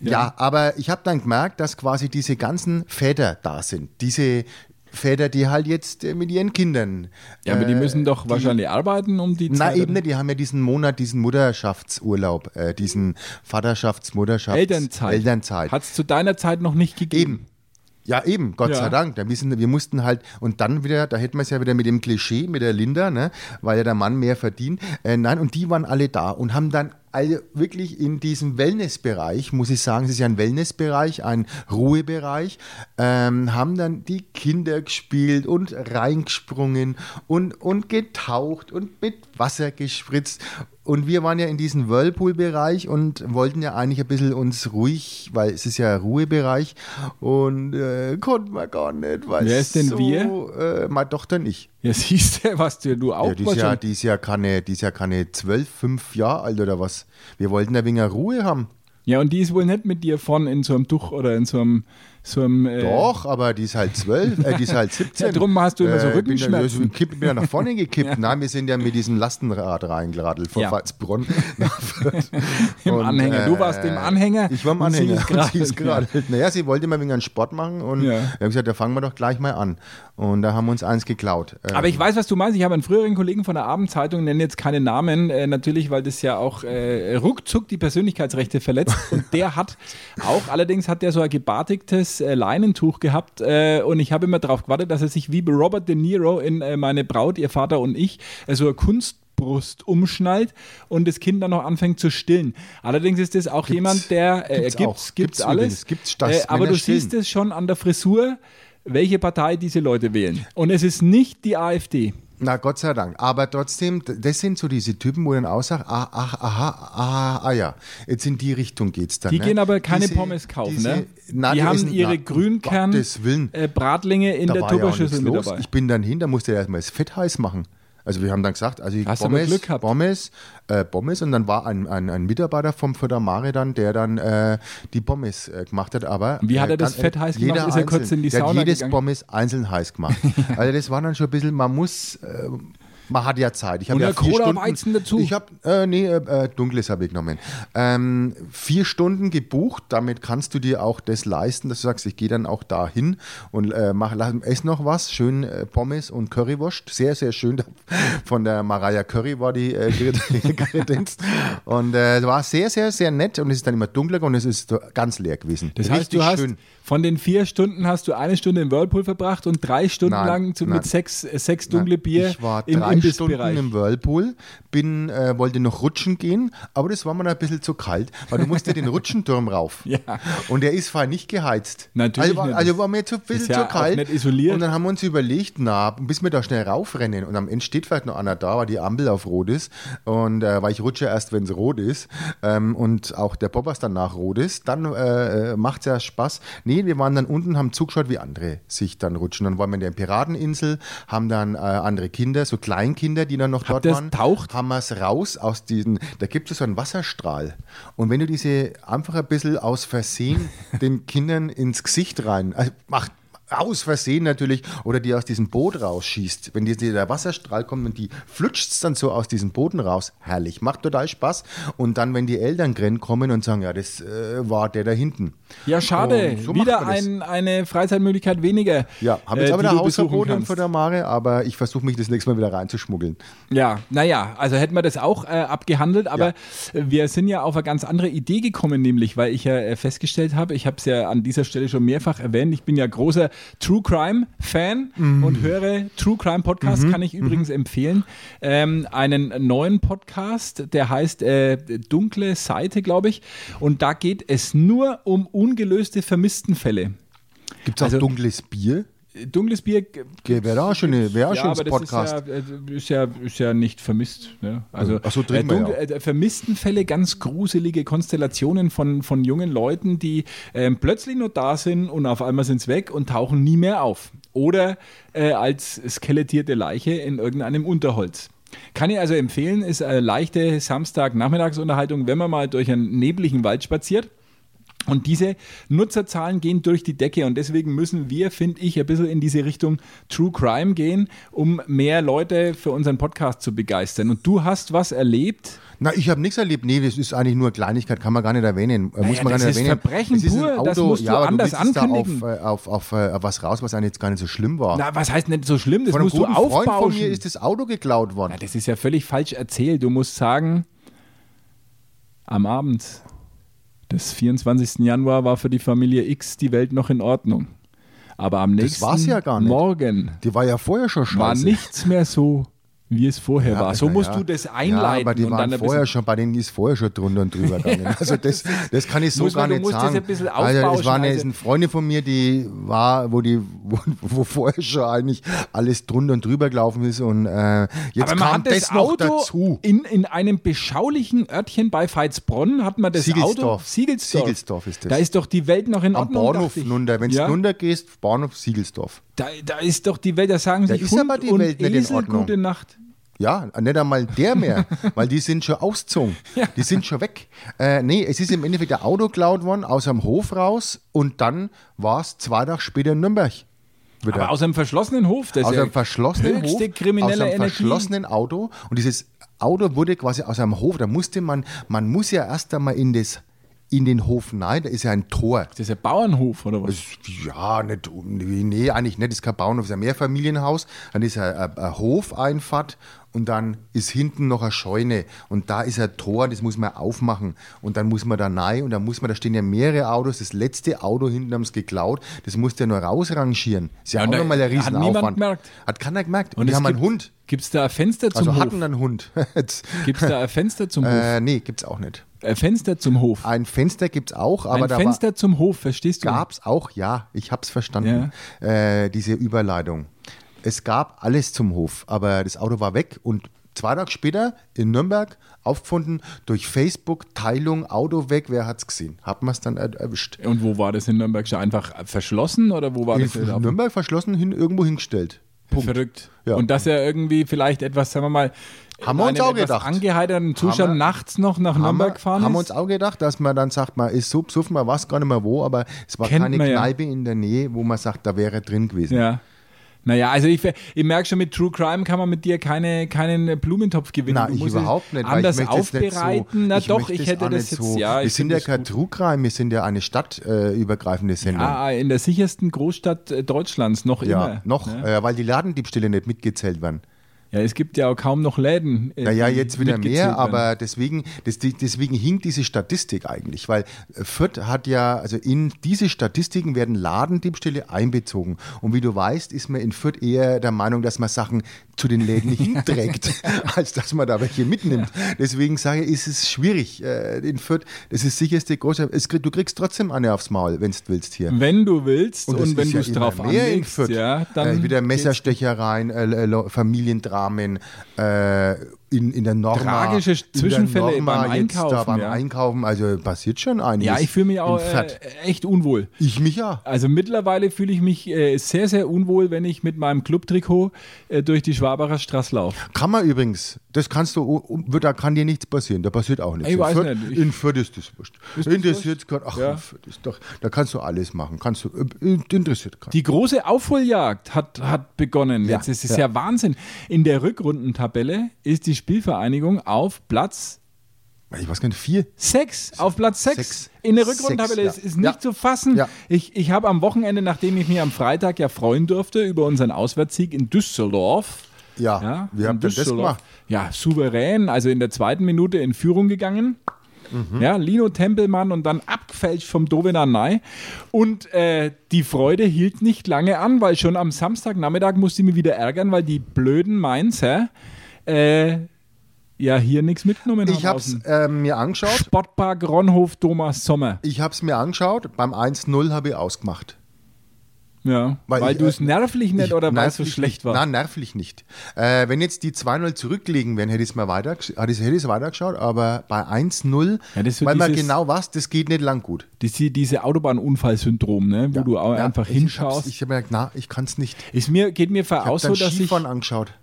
Ja, aber ich habe dann gemerkt, dass quasi diese ganzen Väter da sind. Diese Väter, die halt jetzt äh, mit ihren Kindern. Ja, aber die äh, müssen doch die- wahrscheinlich arbeiten, um die Na Zeit- eben, nicht, die haben ja diesen Monat, diesen Mutterschaftsurlaub, äh, diesen Vaterschafts-, Mutterschafts-, Elternzeit. Elternzeit. Hat es zu deiner Zeit noch nicht gegeben. Eben. Ja, eben, Gott Ja. sei Dank. Da müssen, wir mussten halt, und dann wieder, da hätten wir es ja wieder mit dem Klischee, mit der Linda, ne, weil ja der Mann mehr verdient. Äh, nein, und die waren alle da und haben dann alle wirklich in diesem Wellnessbereich, muss ich sagen, es ist ja ein Wellnessbereich, ein Ruhebereich, ähm, haben dann die Kinder gespielt und reingesprungen und, und getaucht und mit Wasser gespritzt. Und wir waren ja in diesem Whirlpool-Bereich und wollten ja eigentlich ein bisschen uns ruhig, weil es ist ja Ruhebereich und äh, konnten wir gar nicht, weil Wer es ist denn so, wir? Äh, meine Tochter nicht. Ja, [laughs] siehst du, was du, du auch Ja, die, ist ja, wahrscheinlich. die, ist ja keine, die ist ja keine 12, 5 Jahre alt oder was. Wir wollten ja wegen Ruhe haben. Ja, und die ist wohl nicht mit dir von in so einem Tuch oder in so einem so einem äh, Doch, aber die ist halt 12, äh, die ist halt 17. [laughs] Ja, drum hast du immer so Äh, bin da- Rückenschmerzen. Ich bin, bin ja nach [laughs] vorne gekippt. Nein, wir sind ja mit diesem Lastenrad reingeradelt von Ja. [laughs] Walsbrunn. im Anhänger. Du warst im Anhänger. äh, Ich war im und sie Anhänger. ist gerade- Sie ist gerade. Naja, sie wollte mal wegen einen Sport machen und Ja. wir haben gesagt, da fangen wir doch gleich mal an. Und da haben wir uns eins geklaut. Ähm, Aber ich weiß, was du meinst. Ich habe einen früheren Kollegen von der Abendzeitung, nenne jetzt keine Namen, äh, natürlich, weil das ja auch äh, ruckzuck die Persönlichkeitsrechte verletzt. Und der hat auch, allerdings hat der so ein gebartigtes äh, Leinentuch gehabt. Äh, und ich habe immer darauf gewartet, dass er sich wie Robert De Niro in äh, meine Braut, ihr Vater und ich, äh, so eine Kunstbrust umschnallt und das Kind dann noch anfängt zu stillen. Allerdings ist das auch jemand, der äh, gibt's gibt's, auch. gibt's, Gibt's alles. Äh, übrigens. Gibt's das, aber Männer du stillen. siehst es schon an der Frisur, welche Partei diese Leute wählen. Und es ist nicht die AfD. Na, Gott sei Dank. Aber trotzdem, d- das sind so diese Typen, wo dann aussagt, ah, ach, aha, aha, ah ja, jetzt in die Richtung geht's dann. Die ne? gehen aber keine Diese- Pommes kaufen, diese- ne? Nein, die haben essen- ihre na, um Grünkern Gottes Willen. äh, Bratlinge in da der war ja auch Tupperschüssel nichts mit los. dabei. Ich bin dann hin, da musste er erstmal das Fett heiß machen. Also wir haben dann gesagt, also ich Hast aber Glück Pommes, gehabt. Pommes, äh, Pommes und dann war ein, ein, ein Mitarbeiter vom Födermare dann, der dann äh, die Pommes äh, gemacht hat, aber Wie hat er äh, das ganz Fett ehrlich, heiß gemacht? jeder Ist er kurz einzeln. in die der Sauna hat jedes gegangen? Pommes einzeln heiß [laughs] gemacht. also das war dann schon ein bisschen, man muss, äh, man hat ja Zeit. Ich hab Und ja eine vier Cola Stunden, Weizen dazu? Ich habe, äh, nee, äh, äh, dunkles habe ich genommen. Ähm, vier Stunden gebucht, damit kannst du dir auch das leisten, dass du sagst, ich gehe dann auch da hin und äh, mach, lass, ess noch was, schön äh, Pommes und Currywurst, sehr, sehr schön, von der Mariah Curry war die äh, [laughs] Kredenz und äh, war sehr, sehr, sehr nett und es ist dann immer dunkler und es ist ganz leer gewesen. das heißt, du hast von den vier Stunden hast du eine Stunde im Whirlpool verbracht und drei Stunden Nein, lang zu, nein. mit sechs, äh, sechs dunkle Nein, Bier Ich war im drei Stunden Imbissbereich. im Whirlpool, bin, äh, wollte noch rutschen gehen, aber das war mir ein bisschen zu kalt, weil du musst ja den Rutschenturm rauf. [laughs] Ja. Und der ist fein nicht geheizt. Natürlich Also war, nicht. also war mir zu, ein bisschen Ist ja zu kalt. auch nicht isoliert. Und dann haben wir uns überlegt, na, bis wir da schnell raufrennen. Und am Ende steht vielleicht noch einer da, weil die Ampel auf rot ist. Und äh, weil ich rutsche erst, wenn es rot ist. Ähm, und auch der Poppers danach rot ist. Dann äh, macht es ja Spaß. Nee, wir waren dann unten, haben zugeschaut, wie andere sich dann rutschen. Dann waren wir in der Pirateninsel, haben dann äh, andere Kinder, so Kleinkinder, die dann noch dort ihr das waren. taucht? Haben wir es raus aus diesen, da gibt es so einen Wasserstrahl. Und wenn du diese einfach ein bisschen aus [laughs] Versehen den Kindern ins Gesicht rein, also macht aus Versehen natürlich, oder die aus diesem Boot rausschießt, wenn die, der Wasserstrahl kommt und die flutscht dann so aus diesem Boden raus, herrlich, macht total Spaß. Und dann, wenn die Eltern gren- kommen und sagen, ja, das äh, war der da hinten. Ja, schade. Und Oh, so macht Wieder man das. ein, eine Freizeitmöglichkeit weniger. Ja, habe jetzt äh, aber die der du besuchen Hausverbot in kannst. Födermare, aber ich versuche mich das nächste Mal wieder reinzuschmuggeln. Ja, naja, also hätten wir das auch äh, abgehandelt, aber wir sind ja auf eine ganz andere Idee gekommen, nämlich, weil ich ja äh, festgestellt habe, ich habe es ja an dieser Stelle schon mehrfach erwähnt, ich bin ja großer True Crime-Fan und höre True Crime Podcasts, kann ich übrigens empfehlen. Ähm, einen neuen Podcast, der heißt äh, Dunkle Seite, glaube ich. Und da geht es nur um ungelöste Vermisstenfälle. Gibt es auch Also- dunkles Bier? Dunkles Bier äh, Wäre auch schon ein wär auch ja, schon aber ein das Podcast. Ist, ja, äh, ist ja ist ja nicht vermisst. Ne? Also Ach so, trinken wir ja. äh, vermissten Fälle, ganz gruselige Konstellationen von, von jungen Leuten, die ähm, plötzlich nur da sind und auf einmal sind sie weg und tauchen nie mehr auf. Oder äh, als skelettierte Leiche in irgendeinem Unterholz. Kann ich also empfehlen, ist eine leichte Samstagnachmittagsunterhaltung, wenn man mal durch einen nebligen Wald spaziert. Und diese Nutzerzahlen gehen durch die Decke und deswegen müssen wir, finde ich, ein bisschen in diese Richtung True Crime gehen, um mehr Leute für unseren Podcast zu begeistern. Und du hast was erlebt? Na, ich habe nichts erlebt. Nee, das ist eigentlich nur Kleinigkeit, kann man gar nicht erwähnen. Äh, muss Naja, man gar das nicht ist erwähnen. Verbrechen Es ist ein pur, das musst du aber anders willst es da ankündigen. Auf, auf, auf, äh, was raus, was eigentlich jetzt gar nicht so schlimm war. Na, was heißt nicht so schlimm? Das Ah. von einem musst du guten Freund von mir aufbauschen. ist das Auto geklaut worden. Na, das ist ja völlig falsch erzählt. Du musst sagen, am Abend des 24. Januar war für die Familie X die Welt noch in Ordnung. Aber am nächsten war's ja gar nicht. Morgen die war ja vorher schon scheiße. war nichts mehr so, wie es vorher Ja, war. So na musst ja. du das Ja, einleiten. aber die und waren dann ein vorher bisschen- schon, bei denen ist vorher schon drunter und drüber [laughs] gegangen. Also das, das kann ich so Muss man- gar du nicht musst das sagen. ein bisschen also es war eine, aufbauschen, es also- eine Freundin von mir, die war, wo die, wo, wo vorher schon eigentlich alles drunter und drüber gelaufen ist und äh, jetzt aber man kam hat das, das noch Auto dazu. In, in einem beschaulichen Örtchen bei Veitsbronn hat man das Auto. Siegelsdorf. Siegelsdorf. Siegelsdorf ist das. Da ist doch die Welt noch in Am Ordnung. Bahnhof dachte ich. nunter. Wenn du ja? nunter gehst, Bahnhof Siegelsdorf. da, da ist doch die Welt, da sagen Da sich ist Hund aber die und Welt nicht in Esel Ordnung. gute Nacht. Ja, nicht einmal der [laughs] mehr, weil die sind schon ausgezogen. Ja. Die sind schon weg. Äh, nee, es ist im Endeffekt der Auto geklaut worden, aus dem Hof raus und dann war es zwei Tage später in Nürnberg. Wieder. Aber aus einem verschlossenen Hof. Das ist aus ja einem verschlossenen Hof, höchste kriminelle aus einem Energie. verschlossenen Auto und dieses Auto wurde quasi aus einem Hof, da musste man, man muss ja erst einmal in das in den Hof nein, da ist ja ein Tor. Das ist ja Bauernhof, oder was? Ja, nicht, nee, eigentlich nicht, das ist kein Bauernhof, das ist ein Mehrfamilienhaus, dann ist ein, ein, ein Hofeinfahrt und dann ist hinten noch eine Scheune und da ist ein Tor, das muss man aufmachen und dann muss man da rein und dann muss man, da stehen ja mehrere Autos, das letzte Auto hinten haben es geklaut, das musste ja nur rausrangieren. Ist ja, Ja, und auch da nochmal der hat niemand Riesenaufwand. gemerkt. Hat keiner gemerkt. Und die es haben einen gibt- Hund. Gibt's da ein Fenster zum Also hatten Hof? einen Hund. [laughs] Jetzt, Gibt's da ein Fenster zum [laughs] Hof? äh, nee, gibt's auch nicht. Ein Fenster zum Hof. Ein Fenster gibt's auch, aber Ein da Fenster zum Hof, verstehst du? gab es auch, ja, ich hab's verstanden, äh, diese Überleitung. Es gab alles zum Hof, aber das Auto war weg und zwei Tage später in Nürnberg aufgefunden durch Facebook, Teilung, Auto weg, wer hat's gesehen? Hat man es dann er- erwischt. Und wo war das in Nürnberg? Schon einfach verschlossen oder wo war In das? denn auf- Nürnberg verschlossen, hin, irgendwo hingestellt. Punkt. Verrückt. Ja. Und dass er irgendwie vielleicht etwas, sagen wir mal, Haben wir uns auch etwas gedacht. angeheiterten Zustand Haben wir- nachts noch nach haben Nürnberg wir, gefahren haben wir ist. uns auch gedacht, dass man dann sagt, man ist so besoffen, man weiß gar nicht mehr wo, aber es war Kennt keine man ja. Kneipe in der Nähe, wo man sagt, da wäre er drin gewesen. ja. Naja, also ich, ich merke schon, mit True Crime kann man mit dir keine, keinen Blumentopf gewinnen. Nein, Du ich musst es überhaupt nicht. Weil Anders ich möchte es nicht aufbereiten. so, Na doch, möchte ich es hätte auch nicht das jetzt. So. Ja, wir ich sind finde ja das kein gut. True Crime, wir sind ja eine stadtübergreifende Sendung. Ah, in der sichersten Großstadt äh, Deutschlands noch ja, immer. noch, Ne? äh, weil die Ladendiebstähle nicht mitgezählt werden. Ja, es gibt ja auch kaum noch Läden. äh, Naja, die jetzt wieder mitgezählt mehr, werden. aber deswegen, des- deswegen hinkt diese Statistik eigentlich, weil Fürth hat ja, also in diese Statistiken werden Ladendiebstähle einbezogen. Und wie du weißt, ist man in Fürth eher der Meinung, dass man Sachen zu den [laughs] Läden hinträgt, [laughs] als dass man da welche mitnimmt. Deswegen sage ich, ist es schwierig äh, in Fürth. Das ist sicherste Großstadt. Es, krieg- du kriegst trotzdem eine aufs Maul, wenn du willst hier. Wenn du willst und, das wenn ist du es immer drauf mehr in anlegst, Fürth. ja, dann äh, wieder Messerstechereien, äh, äh, Lo- Familiendramen, äh, in, in der Norma. Tragische in der Zwischenfälle Norma beim jetzt Da Einkaufen, beim ja. Einkaufen, also passiert schon einiges. Ja, ich fühle mich auch in äh, Fürth. echt unwohl. ich mich ja. Also mittlerweile fühle ich mich äh, sehr, sehr unwohl, wenn ich mit meinem Clubtrikot äh, durch die Schwabacher Straße laufe. Kann man übrigens, das kannst du, um- wird- da kann dir nichts passieren, da passiert auch nichts. Ich in, weiß Fürth, nicht, ich- in Fürth ist das wurscht. Interessiert keinen, ach, Ja. in Fürth ist doch, da kannst du alles machen, kannst du, äh, interessiert keinen. Die große Aufholjagd hat, hat begonnen. Ja, Jetzt ist es ja. ja. Wahnsinn. In der Rückrundentabelle ist die Spielvereinigung auf Platz Ich weiß gar nicht, vier? 6. Auf Platz 6. Sechs. In der Rückrundentabelle Sechs, ist, ja. ist nicht Ja. zu fassen. Ja. Ich, ich habe am Wochenende, nachdem ich mich am Freitag ja freuen durfte über unseren Auswärtssieg in Düsseldorf, Ja, wie in habt ihr das Düsseldorf. gemacht? Ja, souverän, also in der zweiten Minute in Führung gegangen. Mhm. Ja, Lino Tempelmann und dann abgefälscht vom Dovenanei. Und äh, die Freude hielt nicht lange an, weil schon am Samstagnachmittag musste ich mich wieder ärgern, weil die blöden Mainzer äh, ja hier nichts mitgenommen Ich haben. hab's aus dem äh, mir angeschaut. Sportpark Ronhof Thomas Sommer. Ich habe es mir angeschaut, beim 1-0 habe ich ausgemacht. Ja, weil, Weil ich, du es äh, nervlich nicht oder weil es so nervlich schlecht nicht. war. Nein, nervlich nicht. Äh, wenn jetzt die 2-0 zurücklegen wären, hätte ich es mal weiter, hätte ich's- hätte ich's weitergeschaut, aber bei 1-0, Ja, das ist so weil man dieses- genau was, das geht nicht lang gut. Diese, diese Autobahnunfallsyndrom, ne, wo du auch Ja, einfach ich hab's- hinschaust. Ich habe mir gedacht, na, ich kann es nicht. ist mir, geht mir Ich habe voraus so, dann dass ich, Skifahren angeschaut.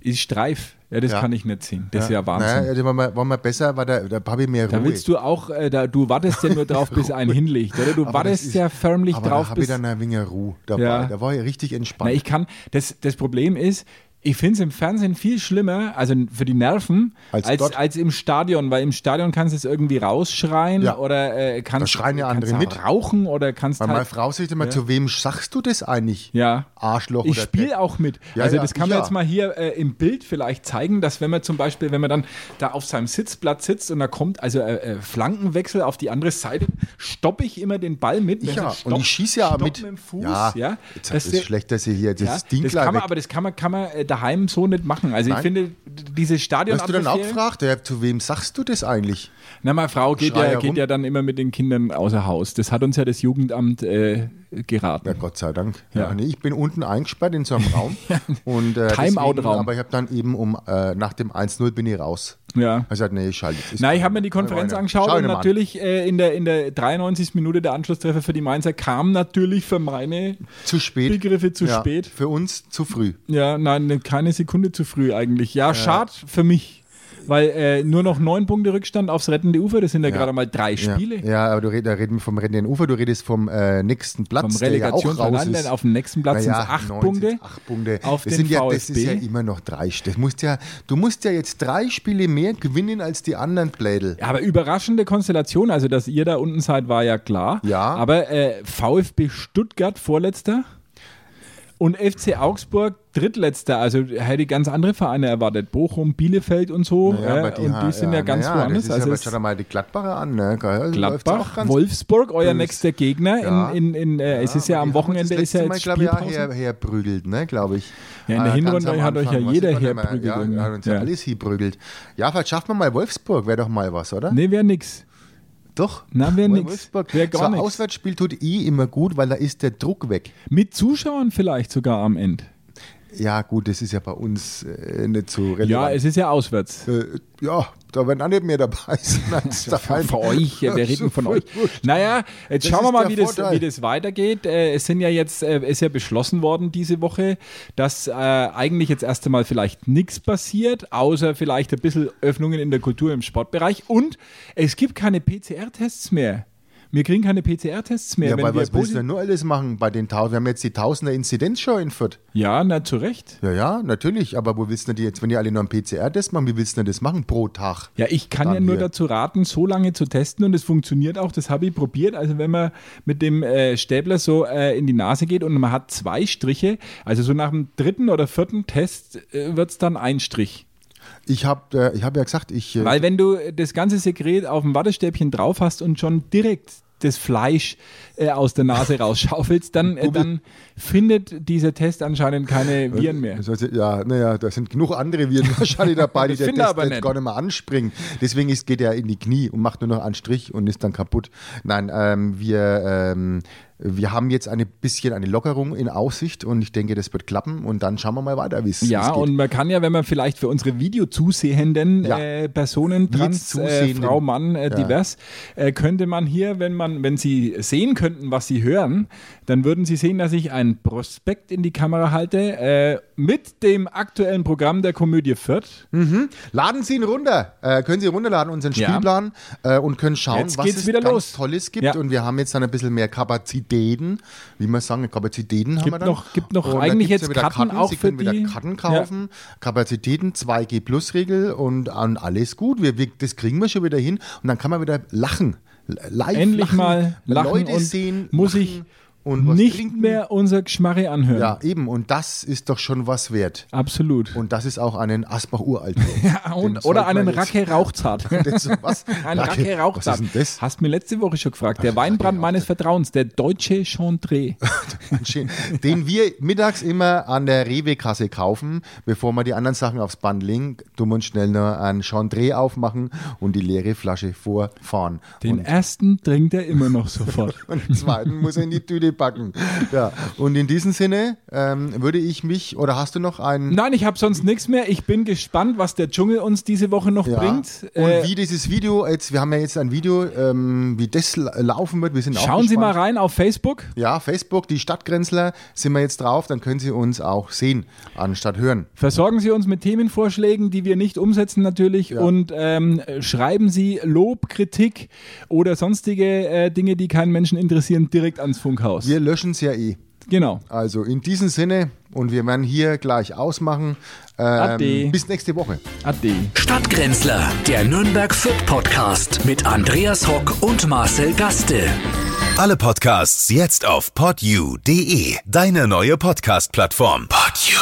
ich streif. Ja, das Ja. kann ich nicht sehen. Das ist ja Wahnsinn. Naja, da war mal, war mal besser, weil da, da habe ich mehr Ruhe. da willst du auch, äh, da, du wartest ja nur [laughs] drauf, bis ein hinlegt, oder? Du Aber wartest das ist- ja förmlich aber drauf, da habe ich bis. dann ein wenig Ruhe dabei. Ja. Da war ich richtig entspannt. Na, ich kann, das, das Problem ist, ich finde es im Fernsehen viel schlimmer, also für die Nerven, als, Als als, dort? im Stadion, weil im Stadion kannst du es irgendwie rausschreien Ja. oder äh, kannst, Da schreien ja kannst andere auch mit. rauchen oder kannst weil meine halt, Frau sagt immer, zu wem sagst du das eigentlich? ja. Arschloch Ich oder spiele Depp? auch mit. Ja, also ja, das kann ich man ja. jetzt mal hier äh, im Bild vielleicht zeigen, dass wenn man zum Beispiel, wenn man dann da auf seinem Sitzplatz sitzt und da kommt also äh, äh, Flankenwechsel auf die andere Seite, stoppe ich immer den Ball mit. Ich Also ja, stopp- und ich schieße ja stopp mit. dem Fuß. Ja, ja, Das Jetzt das ist- ist schlecht, dass ihr hier das ja, Ding das gleich kann man, weg. aber das kann man, kann man äh, daheim so nicht machen. Also ich Nein. finde, d- diese Stadion. Hast du dann auch gefragt, ja, zu wem sagst du das eigentlich? Na, meine Frau geht, Schrei ja, herum. geht ja dann immer mit den Kindern außer Haus. Das hat uns ja das Jugendamt äh, geraten. Ja, Gott sei Dank. Ja. Ja. nee, ich bin unten eingesperrt in so [laughs] einem Raum. und, äh, Timeout-Raum. deswegen- Aber ich habe dann eben um äh, nach dem 1-0 bin ich raus. Ja. Ich gesagt, nee, ich schalte jetzt. Ist Nein, ich keine- habe mir die Konferenz keine- angeschaut Schau und dir mal an. natürlich äh, in, der, in der 93. Minute der Anschlusstreffer für die Mainzer kam natürlich für meine zu spät. Begriffe zu ja, spät. Für uns zu früh. Ja, nein, keine Sekunde zu früh eigentlich. Ja, schad für mich, weil äh, nur noch neun Punkte Rückstand aufs rettende Ufer, das sind ja, gerade mal drei Spiele. Ja, ja aber du redest, da reden wir vom rettenden Ufer, du redest vom äh, nächsten Platz, Vom der ja auch raus Relegationsverlangen ist. auf dem nächsten Platz Naja, sind es acht 19, Punkte. acht Punkte. auf das den sind ja, Das VfB. ist ja immer noch drei. St- Das musst ja, du musst ja jetzt drei Spiele mehr gewinnen als die anderen Blädel. Ja, aber überraschende Konstellation, also dass ihr da unten seid, war ja klar. Ja. Aber äh, VfB Stuttgart vorletzter und FC Augsburg drittletzter. Also hätte ich ganz andere Vereine erwartet. Bochum, Bielefeld und so. Naja, äh, aber und die ha- sind ja, ganz naja, woanders. Das ist Also ja, aber es- schau dir mal die Gladbacher an. Ne? Da läuft's auch Gladbach, ganz Wolfsburg, euer böse. nächster Gegner. Ja. In, in, in, äh, es ist ja aber die haben am uns Wochenende das ist ja letzte jetzt Mal, glaube ich, auch Spielpause. her, herprügelt, ne, glaube ich. Ja, in der Äh, ganz Hinrunde am hat euch ja Anfang, was jeder ich von dem- herprügelt Ja, irgendwie. ja, hat uns Ja. ja alles herprügelt. Ja, vielleicht schafft man mal Wolfsburg, wäre doch mal was, oder? Nee, wäre nix. Doch. Na, wär Mal nix. Wolfsburg. Wär gar so ein nix. Auswärtsspiel tut eh immer gut, weil da ist der Druck weg. Mit Zuschauern vielleicht sogar am Ende. Ja, gut, das ist ja bei uns äh, nicht so relevant. Ja, es ist ja auswärts. äh, ja, da werden auch nicht mehr dabei [laughs] sein. Als da Von, von euch, ja, [laughs] wir reden von euch. Naja, jetzt Das schauen wir ist mal, der wie das, Vorteil. wie das weitergeht. Äh, es sind ja jetzt, äh, ist ja beschlossen worden diese Woche, dass äh, eigentlich jetzt erst einmal vielleicht nichts passiert, außer vielleicht ein bisschen Öffnungen in der Kultur im Sportbereich. Und es gibt keine PCR-Tests mehr. Wir kriegen keine PCR-Tests mehr. Ja, wenn weil wir was willst du posit- denn nur alles machen bei den Tausend? Wir haben jetzt die Tausender Inzidenz schon in Fürth. ja, na zu Recht. Ja, ja, natürlich. Aber wo willst du denn die jetzt, wenn die alle noch einen PCR-Test machen, wie willst du denn das machen pro Tag? Ja, ich kann Dann ja nur hier. dazu raten, so lange zu testen und es funktioniert auch. Das habe ich probiert. Also wenn man mit dem äh, Stäbler so äh, in die Nase geht und man hat zwei Striche, also so nach dem dritten oder vierten Test äh, wird es dann ein Strich. Ich habe äh, ich hab ja gesagt, ich. Äh, Weil wenn du das ganze Sekret auf dem Wattestäbchen drauf hast und schon direkt das Fleisch äh, aus der Nase [laughs] rausschaufelst, dann, äh, dann findet dieser Test anscheinend keine Viren mehr. Das heißt, ja, naja, da sind genug andere Viren [laughs] wahrscheinlich dabei, die Das der finde ich Test aber jetzt nicht. gar nicht mehr anspringen. Deswegen ist, geht er in die Knie und macht nur noch einen Strich und ist dann kaputt. Nein, ähm, wir, ähm, wir haben jetzt ein bisschen eine Lockerung in Aussicht und ich denke, das wird klappen und dann schauen wir mal weiter, wie es wie es Ja, geht. und man kann ja, wenn man vielleicht für unsere Videozusehenden Ja. äh, Personen, Jetzt Trans, äh, Zusehenden. Frau, Mann, äh, Ja. divers, äh, könnte man hier, wenn man, wenn sie sehen könnten, was sie hören, dann würden sie sehen, dass ich einen Prospekt in die Kamera halte äh, mit dem aktuellen Programm der Komödie Fürth. Hm. Laden Sie ihn runter. Äh, können Sie runterladen, unseren Ja. Spielplan, äh, und können schauen, Jetzt was geht's es wieder ganz los. Tolles gibt. Ja. Und wir haben jetzt dann ein bisschen mehr Kapazitäten. Wie man sagen, Kapazitäten haben Gibt wir dann. noch- gibt noch Und dann eigentlich gibt's jetzt wieder Karten auch Sie für können wieder die- Karten kaufen. Kapazitäten, 2G-Plus-Regel und, und alles gut. Wir, wir, das kriegen wir schon wieder hin. Und dann kann man wieder lachen. L- Live Endlich lachen, mal lachen Leute und sehen. muss lachen ich und was Nicht trinken. mehr unser Geschmarre anhören. Ja, eben. Und das ist doch schon was wert. Absolut. Und das ist auch einen [laughs] Asbach-Uralt. Ja, Den und, sollte oder einen man jetzt- [laughs] Racke Rauchzart. Das, was? Ein Racke- Racke Rauchzart. Was ist denn das? Hast mir letzte Woche schon gefragt. Der Weinbrand meines Vertrauens, der deutsche Chantre. Schön. [laughs] Den wir mittags immer an der Rewe-Kasse kaufen, bevor wir die anderen Sachen aufs Band legen, dumm und schnell nur einen Chandray aufmachen und die leere Flasche vorfahren. Den ersten trinkt er immer noch sofort. Und [laughs] den zweiten muss er in die Tüte packen. Ja. Und in diesem Sinne ähm, würde ich mich, oder hast du noch einen? [laughs] Nein, ich habe sonst nichts mehr. Ich bin gespannt, was der Dschungel uns diese Woche noch Ja. bringt. Und Äh, wie dieses Video, jetzt, wir haben ja jetzt ein Video, ähm, wie das la- laufen wird. Wir sind auch schauen Sie mal gespannt. rein auf Facebook. Ja, Facebook, die Stadtgrenzler, sind wir jetzt drauf, dann können Sie uns auch sehen, anstatt hören. Versorgen Sie uns mit Themenvorschlägen, die wir nicht umsetzen natürlich. Und ähm, schreiben Sie Lob, Kritik oder sonstige äh, Dinge, die keinen Menschen interessieren, direkt ans Funkhaus. Wir löschen es ja eh. genau. Also in diesem Sinne, und wir werden hier gleich ausmachen. Ade. Ähm, bis nächste Woche. Ade. Stadtgrenzler, der Nürnberg Fürth Podcast mit Andreas Hock und Marcel Gaste. Alle Podcasts jetzt auf podyou.de, deine neue Podcast-Plattform. Podyou.